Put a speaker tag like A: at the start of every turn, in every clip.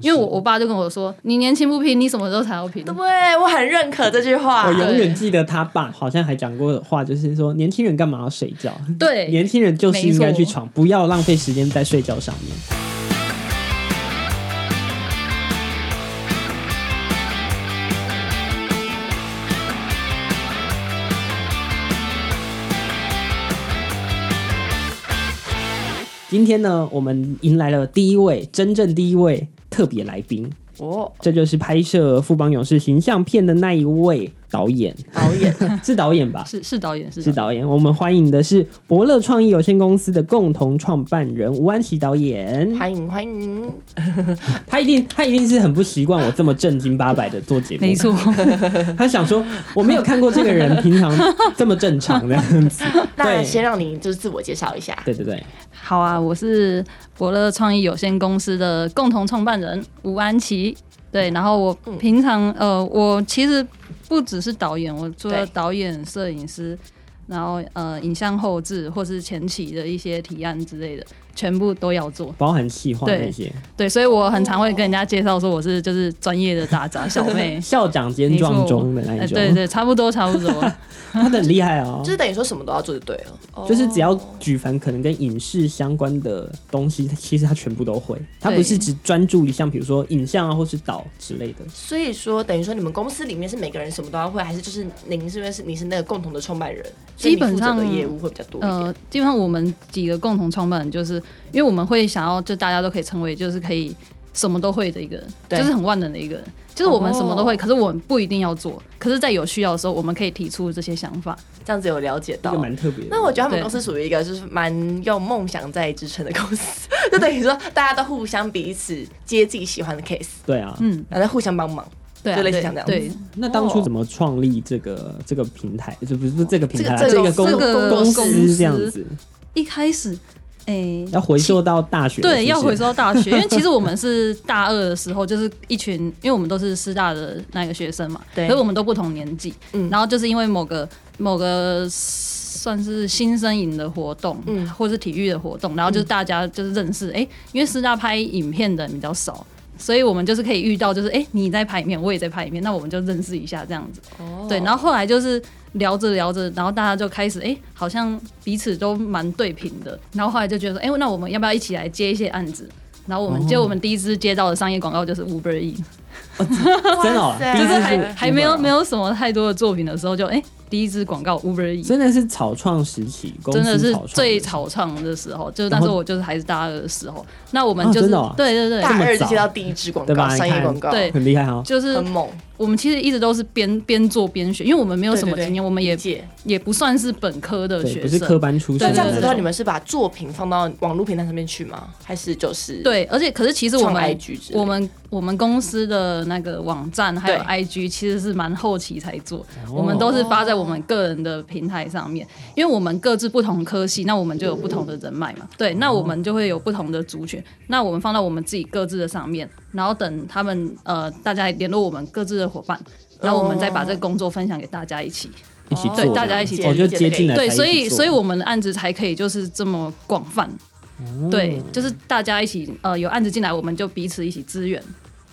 A: 因为我我爸就跟我说：“你年轻不拼，你什么时候才要拼？”
B: 对，我很认可这句话
C: 我。永远记得他爸好像还讲过话，就是说年轻人干嘛要睡觉？
A: 对
C: 年轻人就是应该去闯，不要浪费时间在睡觉上面。今天呢，我们迎来了第一位，真正第一位特别来宾，
B: 哦，
C: 这就是拍摄《富邦勇士》形象片的那一位导演，
B: 导演
C: 是导演吧？
A: 是是导演是
C: 是导演。我们欢迎的是伯乐创意有限公司的共同创办人吴安琪导演。
B: 欢迎欢迎，
C: 他一定，他一定是很不习惯我这么正经八百的做节目。
A: 没，错，
C: 他想说我没有看过这个人平常这么正常的样子。
B: 那
C: 对
B: 先让你就是自我介绍一下。
C: 对对对，
A: 好啊，我是伯乐创意有限公司的共同创办人吴安琪。对，然后我平常、呃，我其实不只是导演，我做了
B: 对
A: 导演、摄影师，然后呃，影像后置或是前期的一些提案之类的，全部都要做。
C: 包含细化那些，。
A: 对，所以我很常会跟人家介绍说我是就是专业的打杂小妹
C: 校长兼撞钟的那
A: 哎
C: 一种，
A: 对对，差不多差不多。
C: 他很厉害哦
B: 呃就。是等于说什么都要做就对了，哦
C: 就是只要举凡可能跟影视相关的东西，其实他全部都会。他不
A: 对
C: 是只专注于像比如说影像啊，或是导之类的。
B: 所以说等于说你们公司里面是每个人什么都要会，还是就是您是因为是你是那个共同的创办人，所以
A: 基本上
B: 你负责的业务会比较多一点。
A: 呃，基本上我们几个共同创办人，就是因为我们会想要，就大家都可以成为，就是可以什么都会的一个人，
B: 对
A: 就是很万能的一个人。就是我们什么都会，
B: 哦
A: 可是我们不一定要做。可是，在有需要的时候，我们可以提出这些想法。
B: 这样子有了解
C: 这
B: 到
C: 个。蛮特别的。
B: 那我觉得他们
A: 对
B: 公司属于一个就是蛮用梦想在支撑的公司，就等于说大家都互相彼此接自己喜欢的 case，
C: 对啊，
A: 嗯，
B: 然后再互相帮忙。
A: 对、啊，
B: 就类
A: 对
B: 似像这样
A: 对
B: 子
C: 那当初怎么创立这个这个平台？就不是不是这个平台啊，
B: 这个
C: 个公
B: 这
A: 个
C: 公
A: 公
C: 司
A: 司
C: 这样子，
A: 一开始，诶、
C: 要回溯到大学，
A: 对，要回
C: 溯。
A: 收到大学，因为其实我们是大二的时候，就是一群，因为我们都是师大的那个学生嘛，
B: 对
A: 可是我们都不同年纪，
B: 嗯
A: 然后就是因为某个某个算是新生营的活动，
B: 嗯
A: 嗯，或是体育的活动，然后就是大家就是认识，哎、因为师大拍影片的人比较少。所以我们就是可以遇到，就是哎、诶你在拍影片，我也在拍影片，那我们就认识一下这样子。
B: 哦
A: 对，然后后来就是聊着聊着，然后大家就开始哎、诶好像彼此都蛮对频的。然后后来就觉得说，哎、那我们要不要一起来接一些案子？然后我们、就我们第一支接到的商业广告就是 Uber E，
C: 哦真的哦
B: 哇塞
C: 第
A: 就
C: 一
A: 是
C: 次
B: 这
A: 还
C: 是哦
A: 还没有没
C: 有，
A: 有什么太多的作品的时候就，哎第一支广告 Uber E，
C: 真的是草创时期，公司
A: 真的是
C: 草创
A: 最
C: 时期
A: 草创的时候，就是那
C: 然后
A: 时候我就是还是大二的时候，那我们就
C: 啊真
A: 是、
C: 的哦
A: 对对对
B: 大二
C: 这么
B: 就
C: 早
B: 接到第一支广
C: 对
B: 告，
C: 吧？
B: 商
C: 你
B: 业
C: 看
B: 广告，
A: 对
C: 很厉害哦哈。
A: 就是
B: 很猛，
A: 我们其实一直都是边边做边学，因为我们没有什么
B: 对对对
A: 经验，我们也
B: 解。
A: 也不算是本科的
C: 对，
A: 学
C: 不是
A: 生，
C: 科班出身
B: 那
C: 的
B: 这样子的话，
C: 那
B: 你
C: 种，
B: 们是把作品放到网络平台上面去吗？还是就是
A: 对，而且可是其实我
B: 创
A: 们
B: IG 之类的
A: 我们我们公司的那个网站还有
B: 对
A: IG 其实是蛮后期才做，
C: 哦
A: 我们都是发在我们个人的平台上面，因为我们各自不同科系，那我们就有不同的人脉嘛，
B: 哦
A: 对，那我们就会有不同的族群，那我们放到我们自己各自的上面，然后等他们呃大家联络我们各自的伙伴，然后我们再把这个工作分享给大家一起，
C: 一起做
A: 对
C: 的，
A: 大家一起
C: 我就
B: 理解
C: 接近了才
A: 对，
C: 一起
A: 所以
C: 做
A: 所以我们的案子才可以就是这么广泛。
C: 哦
A: 对，就是大家一起呃有案子进来，我们就彼此一起支援。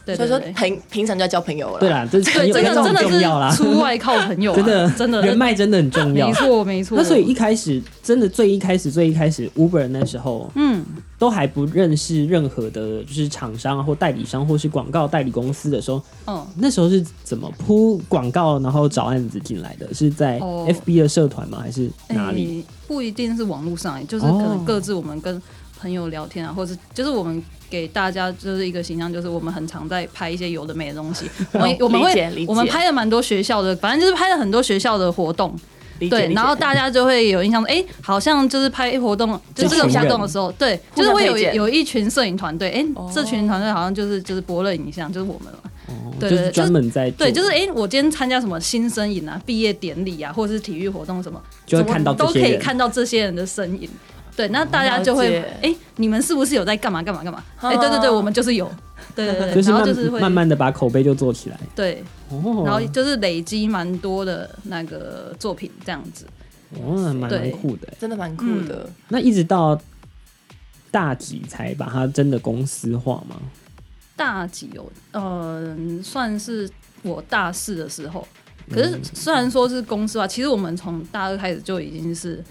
A: 对
B: 所
A: 对
B: 以说
A: 对，
B: 平平常就要交朋友了。
C: 对，啦，这
A: 对，真的
C: 这
A: 真
C: 很
A: 的
C: 重要啦
A: 是，出外靠朋友啊，
C: 真的
A: 真的
C: 人脉真的很重要
A: 没。错没错。
C: 那所以一开始真的最一开始最一开始 Uber 那时候，
A: 嗯，
C: 都还不认识任何的，就是厂商啊或代理商或是广告代理公司的时候，
A: 嗯，
C: 那时候是怎么铺广告，然后找案子进来的？是在
A: 哦
C: FB 的社团吗？还是哪里？
A: 诶哎不一定是网络上、诶就是
C: 哦
A: 可能各自我们跟朋友聊天啊，或者就是我们给大家就是一个形象，就是我们很常在拍一些有的没的 东西。我们我们
B: 理解理
A: 会
B: 解
A: 我们拍了蛮多学校的，反正就是拍了很多学校的活动，
B: 理解
A: 对，
B: 理解
A: 然后大家就会有印象，哎、好像就是拍活动，就这个
C: 就群人
A: 活动的时候，对，
B: 互
A: 就
B: 相
A: 是会有
B: 推荐
A: 有一群摄影团队，哎、
B: 哦
A: 这群团队好像就是就是伯乐影像，就是我们嘛，
C: 哦
A: 哎对
C: 就
A: 对对
C: 是专门在做
A: 对，就是哎、我今天参加什么新生营啊、毕业典礼啊，或者是体育活动什么，
C: 就会看到这
A: 怎么都可
C: 些
A: 以
C: 人。
A: 看到这些人的身影。对，那大家就会
B: 了解
A: 哎、你们是不是有在干嘛干嘛干嘛？
B: 哦
A: 哎、对对对，我们就是有，对对 对，
C: 就是
A: 然后
C: 慢
A: 就是会
C: 慢慢的把口碑就做起来，
A: 对，
C: 哦，
A: 然后就是累积蛮多的那个作品这样子。
C: 哇，哦蛮蛮
A: 对
C: 酷的欸。
B: 真的蛮酷的。
C: 那一直到大几才把它真的公司化吗？
A: 大几有，呃，算是我大四的时候。
B: 嗯
A: 可是虽然说是公司吧，啊其实我们从大二开始就已经是，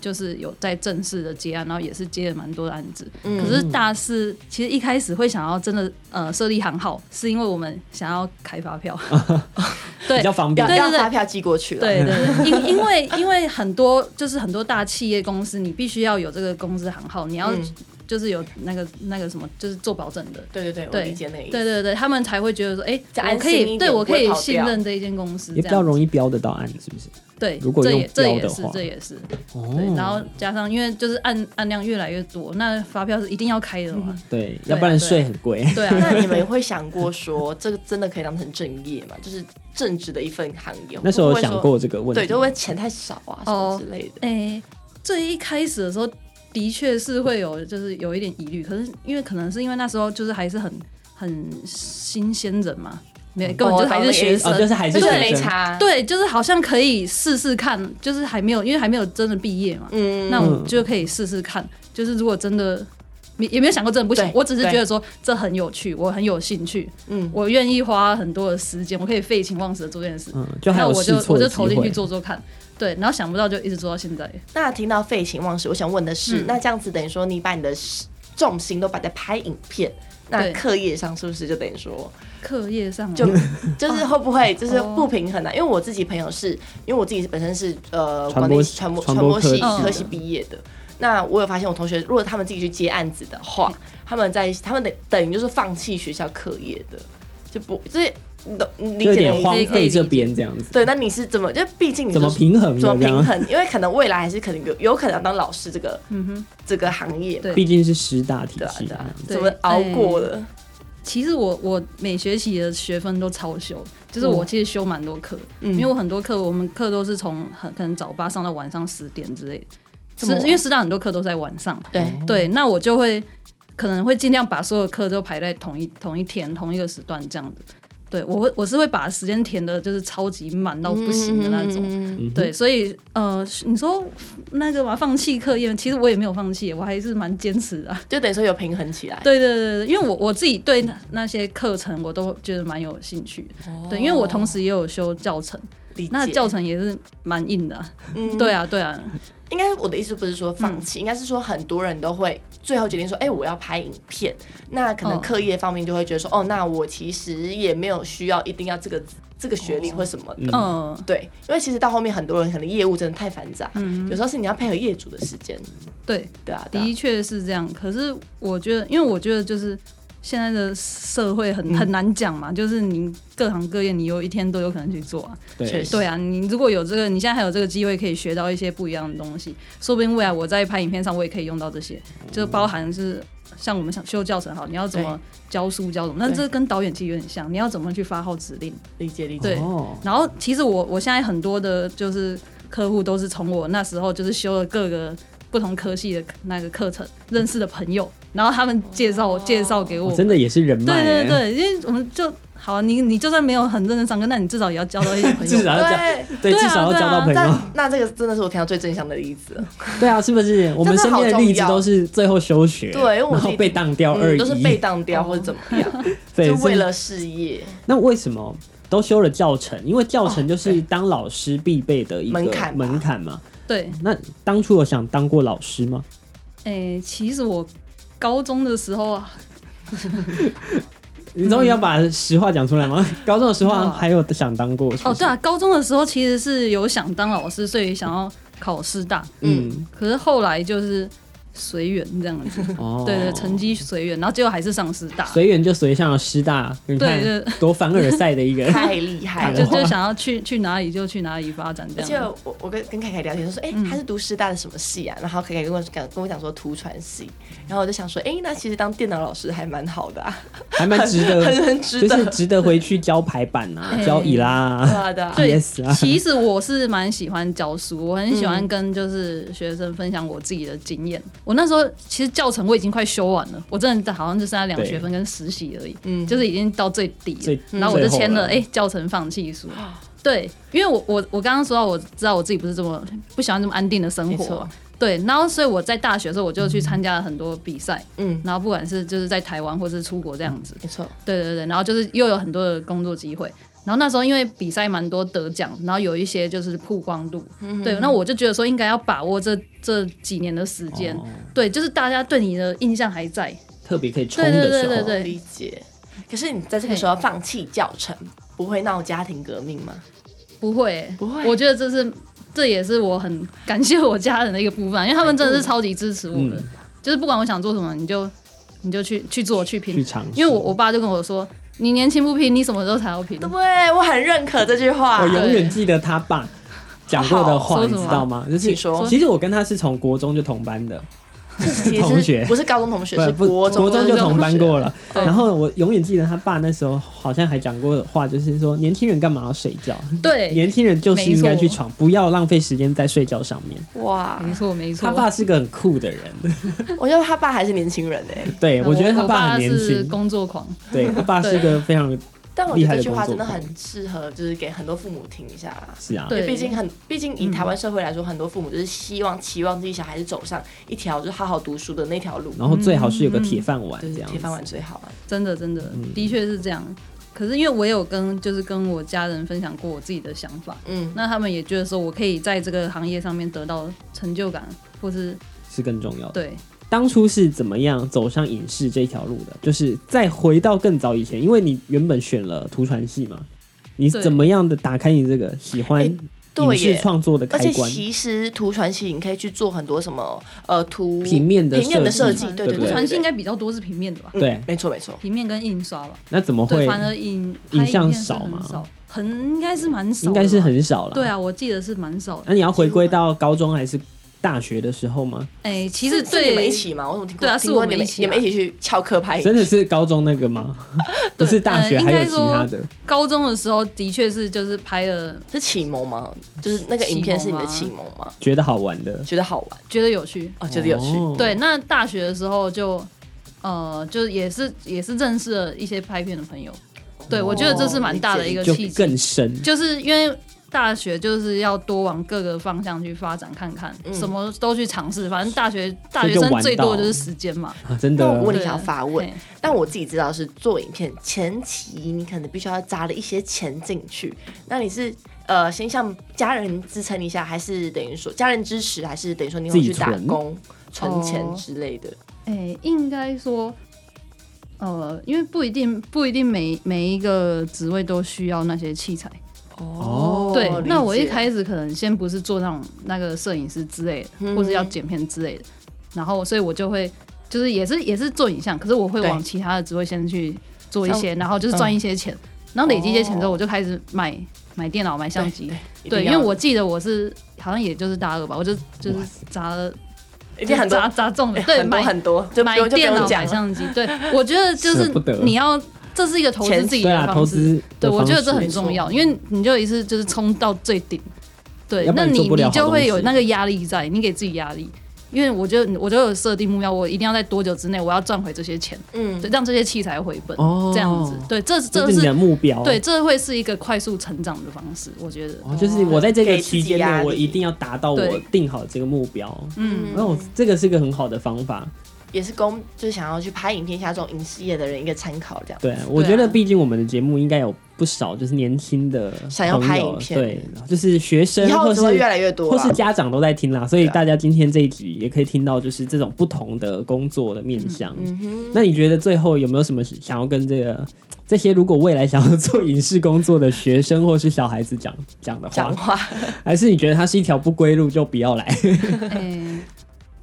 A: 就是有在正式的接案，然后也是接了蛮多的案子。
B: 嗯
A: 可是大四其实一开始会想要真的呃设立行号，是因为我们想要开发 票，对
C: 比较方便
B: 要
A: 嗯对。
B: 要发票寄过去了。
A: 对对对，因因为因为很多就是很多大企业公司，你必须要有这个公司行号，你要
B: 嗯
A: 就是有那个那个什么，就是做保证的。
B: 对对对，我
A: 对
B: 理解那个意思。
A: 对对对，他们才会觉得说，哎、
B: 就
A: 我
B: 安
A: 可
B: 心一
A: 以，
B: 点
A: 对我
B: 不会
A: 可以
B: 跑掉
A: 信任这一间公司，
C: 也
A: 这
C: 比较
A: 样
C: 容易标得到案，是不是？
A: 对，
C: 如果
A: 这
C: 用
A: 也这
C: 标
A: 也
C: 的
A: 是
C: 话
A: 这也是对，然
C: 哦，
A: 后加上因为就是案案量越来越多，那发票是一定要开的嘛，
B: 啊
C: 对，要不然税很贵。
A: 对啊，
B: 那你们会想过说，这个真的可以当成正业吗？就是正职的一份行业？
C: 那时候
B: 会不会
C: 有
B: 说
C: 想，过这个问题，
B: 对，就会钱太少啊，什么
A: 哦
B: 之类的。
A: 哎、最一开始的时候的确是会有就是有一点疑虑，可是因为可能是因为那时候就是还是很很新鲜人嘛，没根本就还是学生，
C: 哦，就是还是
B: 就是
C: 学
B: 没
C: 生，
B: 差，
A: 对，就是好像可以试试看，就是还没有因为还没有真的毕业嘛，
B: 嗯，
A: 那我就可以试试看，就是如果真的。也也没有想过真的不行
B: 对，
A: 我只是
B: 对
A: 觉得说这很有趣，我很有兴趣，
B: 嗯
A: 我愿意花很多的时间，我可以废寝忘食的做这件事。
C: 嗯，就还
A: 那
C: 有
A: 我就
C: 试错
A: 我
C: 的
A: 就
C: 机
A: 投进去
C: 会。
A: 做做看，对，然后想不到就一直做到现在。
B: 那听到废寝忘食，我想问的是，
A: 嗯
B: 那这样子等于说你把你的重心都摆在拍影片，那
A: 对
B: 课业上是不是就等于说，
A: 课业上啊
B: 就就是会不会就是不平衡呢、啊因为我自己朋友是，因为我自己本身是呃
C: 传播
B: 管理传播
C: 传
B: 传
C: 播
B: 播系
A: 科技的
B: 科系毕业的。那我有发现，我同学如果他们自己去接案子的话，他们在他们等等于就是放弃学校课业的，就不就是你懂你理
C: 就有
B: 解的
C: 点
B: 意
C: 荒
B: 思？
C: 废这边这样子，
B: 对，那你是怎么？就毕竟你
C: 怎么
B: 就是
C: 平衡
B: 怎
C: 的
B: 么
C: 这
B: 平
C: 样？
B: 衡？因为可能未来还是可能有有可能要当老师这个，嗯哼，这个行业嘛，
A: 对
C: 毕竟是师大体
B: 对啊
C: 系
B: 对啊，
A: 对
B: 怎么熬过了？
A: 其实我我每学期的学分都超修，就是
B: 嗯
A: 我其实修蛮多课，因为我很多课我们课都是从很可能早八上到晚上十点之类的，
B: 这
A: 是
B: 么晚哦
A: 因为师大很多课都在晚上，
B: 对，
A: 对，那我就会可能会尽量把所有课都排在同一同一天同一个时段这样子。对我会我是会把时间填的，就是超级满到不行的那种。
C: 嗯哼
A: 对，所以呃，你说那个嘛，放弃课业，其实我也没有放弃，我还是蛮坚持的啊、
B: 就等于说有平衡起来。
A: 对对对对，因为我我自己对那那些课程我都觉得蛮有兴趣的。对，因为我同时也有修教程，
B: 理解嗯
A: 那教程也是蛮硬的啊、对啊，对啊，
B: 应该我的意思不是说放弃，应该是说很多人都会最后决定说，哎、我要拍影片。那可能
A: 哦
B: 课业方面就会觉得说，哦，那我其实也没有需要一定要这个这个学历或什么的。
A: 嗯、
B: 对，因为其实到后面很多人可能业务真的太繁杂，有时候是你要配合业主的时间，
A: 对，
B: 对啊，对啊
A: 的确是这样。可是我觉得，因为我觉得就是现在的社会
B: 嗯
A: 很很难讲嘛，就是你各行各业，你有一天都有可能去做啊。
B: 确
C: 对
B: 实，
A: 对啊，你如果有这个，你现在还有这个机会可以学到一些不一样的东西，说不定未来我在拍影片上我也可以用到这些，就包含是像我们想修教程好，你要怎么教书教什么，那
B: 对
A: 这跟导演其实有点像，你要怎么去发号指令。
B: 理解理解。
A: 对
C: 哦，
A: 然后其实我我现在很多的就是客户都是从我那时候就是修了各个。不同科系的那个课程认识的朋友，然后他们介绍我介绍给我，
C: 哦真的也是人脉
A: 对
C: 欸，
A: 对对，因为我们就好，你你就算没有很认真上课，那你至少也要交到一些朋友
C: 至。少要交，
B: 对
C: 对，
A: 对啊
C: 至少要交到朋友。
B: 但那这个真的是我听到最正向的例子了，
C: 对啊，是不是？我们身边的例子都是最后休学，
B: 对因为我
C: 然
B: 自
C: 后
B: 己嗯
C: 被当掉二一，哦
B: 都是被当掉或者怎么样，
C: 对
B: 就为
C: 是
B: 了事业
C: 那为什么都修了教程？因为教程就是当老师必备的一个
B: 哦门槛吧
C: 门槛嘛。
A: 对，
C: 那当初有想当过老师吗？
A: 诶、其实我高中的时候啊，
C: 你终于要把实话讲出来吗？ 高中的时候还有想当过是不
A: 哦
C: 是
A: 对啊，高中的时候其实是有想当老师，所以想要考师大，
C: 嗯，
A: 可是后来就是随缘这样子，
C: 哦
A: 对对，成绩随缘，然后结果还是上师大，
C: 随缘就随上了师大，你看
A: 对对
C: 多凡尔赛的一个 人。
B: 太厉害
A: 就
B: 了。
C: 哦
A: 就想要去去哪里就去哪里发展这
B: 而且
A: 样。
B: 我我跟跟凯凯聊天，他说，哎、他是读师大的什么系啊？然后凯凯跟我讲跟我讲说图传系，然后我就想说，哎、那其实当电脑老师还蛮好的啊，
C: 还蛮值得，
B: 很很值
C: 就是
B: 得，
C: 值得回去教排版啊，
A: 哎
C: 教乙啦啊
B: 对，啊对啊。
A: 对
C: PS 啊
A: 其实我是蛮喜欢教书，我很喜欢跟就是学生分享我自己的经验。我那时候其实教程我已经快修完了，我真的好像就剩下两
C: 对
A: 学分跟实习而已，
B: 嗯
A: 就是已经到最底了
C: 最
A: 然后我就签了，哎、
C: 最后
A: 教程放弃书。对，因为我我我刚刚说到，我知道我自己不是这么不喜欢这么安定的生
B: 没
A: 活
B: 错
A: 嘛，对，然后所以我在大学的时候我就去参加了很多比赛，
B: 嗯，
A: 然后不管是就是在台湾或是出国这样子，
B: 没错，
A: 对对对，然后就是又有很多的工作机会。然后那时候因为比赛蛮多得奖，然后有一些就是曝光度，
C: 嗯
A: 对，那我就觉得说应该要把握这这几年的时间，
C: 哦
A: 对，就是大家对你的印象还在，
C: 特别可以冲
A: 对
C: 的
A: 对，
C: 时候
A: 对对对，
B: 理解。可是你在这个时候放弃教程，不会闹家庭革命吗？
A: 不会欸、
B: 不会
A: 我觉得这是这也是我很感谢我家人的一个部分，啊因为他们真的是超级支持我的，
C: 哎嗯
A: 就是不管我想做什么，你就你就去去做去
C: 去
A: 拼，
C: 尝试，
A: 因为我我爸就跟我说，你年轻不拼，你什么时候才要拼？
B: 对，我很认可这句话
C: 我。永远记得他爸讲过的话，
A: 说
C: 你
A: 什么
C: 知道吗？就是
B: 请说
C: 其实我跟他是从国中就同班的，
B: 其
C: 同
B: 实
C: 学
B: 不是高中同学，是
C: 不
B: 国中
C: 国中就同班过
B: 了。
C: 了。
A: 对
C: 然后我永远记得他爸那时候好像还讲过的话，就是说年轻人干嘛要睡觉？
A: 对，
C: 年轻人就是应该去闯，不要浪费时间在睡觉上面。
B: 哇，
A: 没错没错
C: 他。爸是个很酷 的人，
B: 我觉得他爸还是年轻人哎，
C: 对我觉得他
A: 我
C: 很年
A: 是
C: 轻，
A: 工作狂，
C: 对他爸是个非常
B: 但我觉
C: 厉害
B: 得
C: 的
B: 这句话真
C: 工作
B: 的
C: 狂
B: 很适合，就是给很多父母听一下啦。
C: 是啊，
A: 对
B: 因为毕竟很，毕竟以台
C: 嗯
B: 湾社会来说，很多父母就是希望期望自己小孩子走上一条就是好好读书的那条路，
C: 然后最好是有个铁饭碗
B: 就是
C: 哦这样
B: 铁饭
C: 子。
B: 碗最好啊。
A: 真的真的，
C: 嗯
A: 的确是这样。可是因为我有跟就是跟我家人分享过我自己的想法，
B: 嗯，
A: 那他们也觉得说我可以在这个行业上面得到成就感，或是
C: 是更重要的。
A: 对
C: 当初是怎么样走上影视这条路的？就是再回到更早以前，因为你原本选了图传系嘛，你
A: 对
C: 怎么样的打开你这个喜欢
B: 哎
C: 影
B: 对
C: 视
B: 耶。
C: 创作的
B: 而
C: 开
B: 且
C: 关？
B: 其实图传系你可以去做很多什么呃图
C: 平面的
B: 平面的
C: 设
B: 设
C: 计
B: 计，对
C: 对
B: 对
C: 不
B: 对，
A: 嗯
C: 对
A: 传系应
B: 该嗯
A: 该比较多是平面的吧？
C: 对，
B: 没错没错。
A: 平面跟印刷吧，
C: 那怎么
A: 对，
C: 哦会？
A: 反而影
C: 影
A: 拍
C: 像
A: 片是
C: 少
A: 很
C: 吗
A: 少，很应该是蛮少，
C: 应该是。很少了。
A: 对，啊，我记得是蛮少的。
C: 那你要回归到高中还是大学的时候吗？
A: 哎、其实
B: 是是你们
A: 对
B: 一，起嘛，我怎么听过？
A: 对啊
B: 听
A: 是我
B: 过
A: 们
B: 你们
A: 一起啊
B: 你们一起去翘课拍影
C: 真的是高中那个吗？不是大学，
A: 呃
C: 还有
A: 应该
C: 其
A: 说
C: 他的。
A: 高中的时候的确是就是拍了，
B: 是启蒙吗？就是那个影片是你的启蒙吗？
C: 觉得好玩的，
B: 觉得好玩
A: 觉得有趣。
B: 哦，觉得有趣。
C: 哦
A: 对，，那大学的时候就，呃，就也是也是认识了一些拍片的朋友。对，
C: 哦
A: 我觉得这是蛮大的一个
C: 就
A: 契机，
C: 更深。
A: 就是因为大学就是要多往各个方向去发展看看，什么都去尝试。反正大学大学
C: 嗯所以就
A: 生
C: 玩
A: 最多
C: 到
A: 的就是时间嘛。
C: 啊真
B: 那我
C: 的
B: 问
A: 对
B: 你想要发问
A: 嘿，
B: 但我自己知道是做影片前期，你可能必须要砸了一些钱进去。那你是呃先向家人支撑一下，还是等于说家人支持，还是等于说你有
C: 自己
B: 去打
C: 存
B: 工存钱
A: 哦
B: 之类的？
A: 哎、应该说，呃，因为不一定不一定每每一个职位都需要那些器材。
C: 哦
A: 对，那我一
B: 始
A: 开始可能先不是做那种那个摄影师之类的，
B: 嗯
A: 或是要剪片之类的，然后所以我就会就是也是也是做影像，可是我会
B: 对
A: 往其他的职位先去做一
B: 像嗯
A: 些，然后就是赚一些钱，然后累积一些钱之后，我就开始买、买电脑、买相机。对，因为我记得我是好像也就是大二吧，我就就是砸了，
B: 一
A: 就
B: 定很多
A: 砸砸中了，对，
B: 很多
A: 买
B: 很多，就不
A: 买
B: 用就不
A: 电
B: 用
A: 脑、
B: 讲
A: 买
B: 了。
A: 相机，对我觉得就
C: 舍
A: 是
C: 不得
A: 你要，这是一个投资
B: 钱
A: 自己
C: 对啊，
A: 的
C: 投
A: 方式。
C: 资
A: 对，
C: 的
A: 我觉得
C: 方
A: 这
C: 式
A: 很重要，因为你就一次就是冲到最顶，对
C: 要，不
A: 那
C: 然你
A: 你
C: 做不
A: 你
C: 了好
A: 就会有
C: 东西
A: 那个压力在，你给自己压力。因为我觉得我就有设定目标，我一定要在多久之内我要赚回这些钱，
B: 嗯
A: 对，，让这些器材回本，
C: 哦
A: 这样子。对，这
C: 这
A: 这
C: 是你
A: 是
C: 的目标，
A: 对，这会是一个快速成长的方式，我觉得。
C: 哦，就是我在这个
B: 给自己
C: 期间
B: 压
C: 内，
B: 力
C: 我一定要达到我
A: 对
C: 定好这个目标。
A: 嗯，
C: 哦，这个是个很好的方法。
B: 也是供就是想要去拍影片、像这种影视业的人一个参考，这样。
C: 对，我觉得毕竟我们的节目应该有不少就是年轻的
B: 想要拍
C: 朋友
B: 影片
C: 对，就是学生
B: 以后
C: 或
B: 只会越
C: 是
B: 来越多
C: 或
B: 啦
C: 是家长都在听啦，所以
B: 对啊
C: 大家今天这一集也可以听到就是这种不同的工作的面向。
B: 嗯哼，
C: 那你觉得最后有没有什么想要跟这个这些如果未来想要做影视工作的学生或是小孩子讲讲的
B: 讲
C: 话，
B: 话
C: 还是你觉得它是一条不归路就不要来？
A: 哎、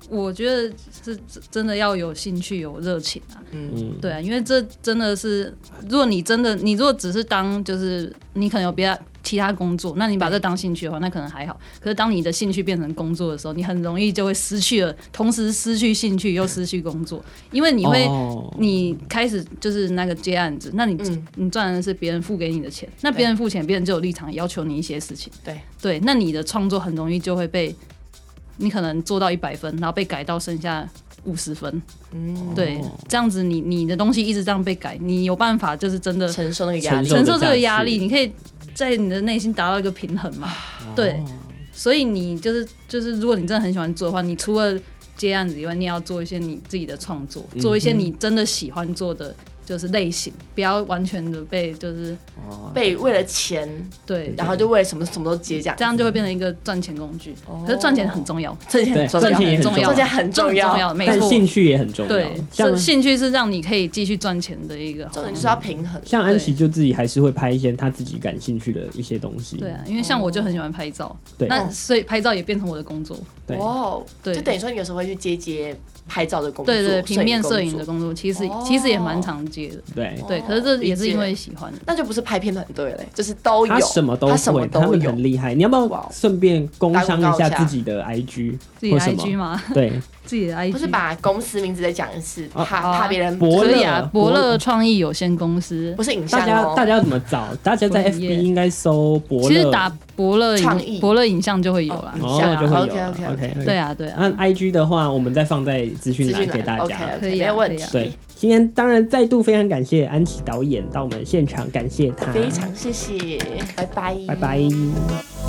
A: 我觉得是是真的要有兴趣、有热情啊。
C: 嗯，
A: 对啊，因为这真的是，如果你真的，你如果只是当就是你可能有别的其他工作，那你把这当兴趣的话，那可能还好。可是当你的兴趣变成工作的时候，你很容易就会失去了，同时失去兴趣又失去工作，因为你会。
C: 哦
A: 你开始就是那个接案子，那你、
B: 嗯
A: 你赚的是别人付给你的钱，那别人付钱，别人就有立场要求你一些事情，
B: 对
A: 对，那你的创作很容易就会被你可能做到一百分，然后被改到剩下五十分，
B: 嗯
A: 对，这样子你你的东西一直这样被改，你有办法就是真的
B: 承受那个压力
C: 承
A: 承受这
C: 得下
A: 个压
C: 去
B: 哦
A: 力，你可以在你的内心达到一个平衡嘛？对，所以你就是就是，如果你真的很喜欢做的话，你除了接案子以外，你也要做一些你自己的创作，
B: 嗯
A: 做一些你真的喜欢做的就是类型，不要完全的被就是
C: 哦，
B: 被为了钱，
A: 对，
B: 然后就为了什么什么都接这样，
A: 这样就会变成一个赚钱工具。可是赚钱很重要，
B: 挣钱很
C: 对
B: 重要，
C: 赚钱也很重要
B: 赚钱哦很重
A: 重
B: 要。
A: 要，没
C: 但
A: 错。
C: 兴趣也很重要。
A: 对，
C: 像
A: 是兴趣是让你可以继续赚钱的一个。
B: 重点就是要平衡。
C: 像安琪就自己还是会拍一些她自己感兴趣的一些东
B: 嗯
C: 西。
A: 对啊，因为像我就很喜欢拍照，
C: 对
A: 那所以拍照也变成我的工作。
C: 对
B: 哦，
A: 对
B: 就等于说你有时候会去接接拍照的工作，
A: 对对，平面摄
B: 摄
A: 影的
B: 工
A: 工
B: 作，
A: 作其实
B: 哦
A: 其实也蛮常接的。
C: 对，
A: 对，
B: 哦
A: 可是这也是
B: 理解
A: 因为喜欢。
B: 那就不是拍片团队嘞，就是都有，
C: 她什么都
B: 他什么
C: 会，
B: 都
C: 他们
B: 有
C: 很厉害。你要不
B: 哇
C: 要顺便工商
B: 打广
C: 一
B: 告
C: 下
B: 一下
C: 自己的 IG
A: 自己的
C: 或什
A: IG
C: 么？
A: 吗？
C: 对，
A: 自己的 IG
B: 不是把公司名字再讲一次，怕
C: 啊
A: 啊
B: 怕别人
C: 伯
A: 可以
C: 乐
A: 啊，
C: 伯
A: 伯
C: 乐
A: 乐创意有限公司
B: 不，是影像
C: 大家
B: 哦，
C: 大家要怎么找？大家在
A: 网页
C: FB 应该搜伯
A: 其实
C: 乐，
A: 打伯乐
B: 创意
A: 影伯乐影像就会有啦。啊
B: 哦
C: 哦
B: 下
C: 就会有
B: OK，OK，OK
C: OK，
A: 对。啊，对啊，
C: 那 IG 的话，我们再放在资讯栏给大
B: OK，
C: 家。
A: 可以啊
B: 没有问题，
C: 对，今天当然再度非常感谢安琪导演到我们现场，感谢他，
B: 非常谢谢，拜拜，
C: 嗯拜拜。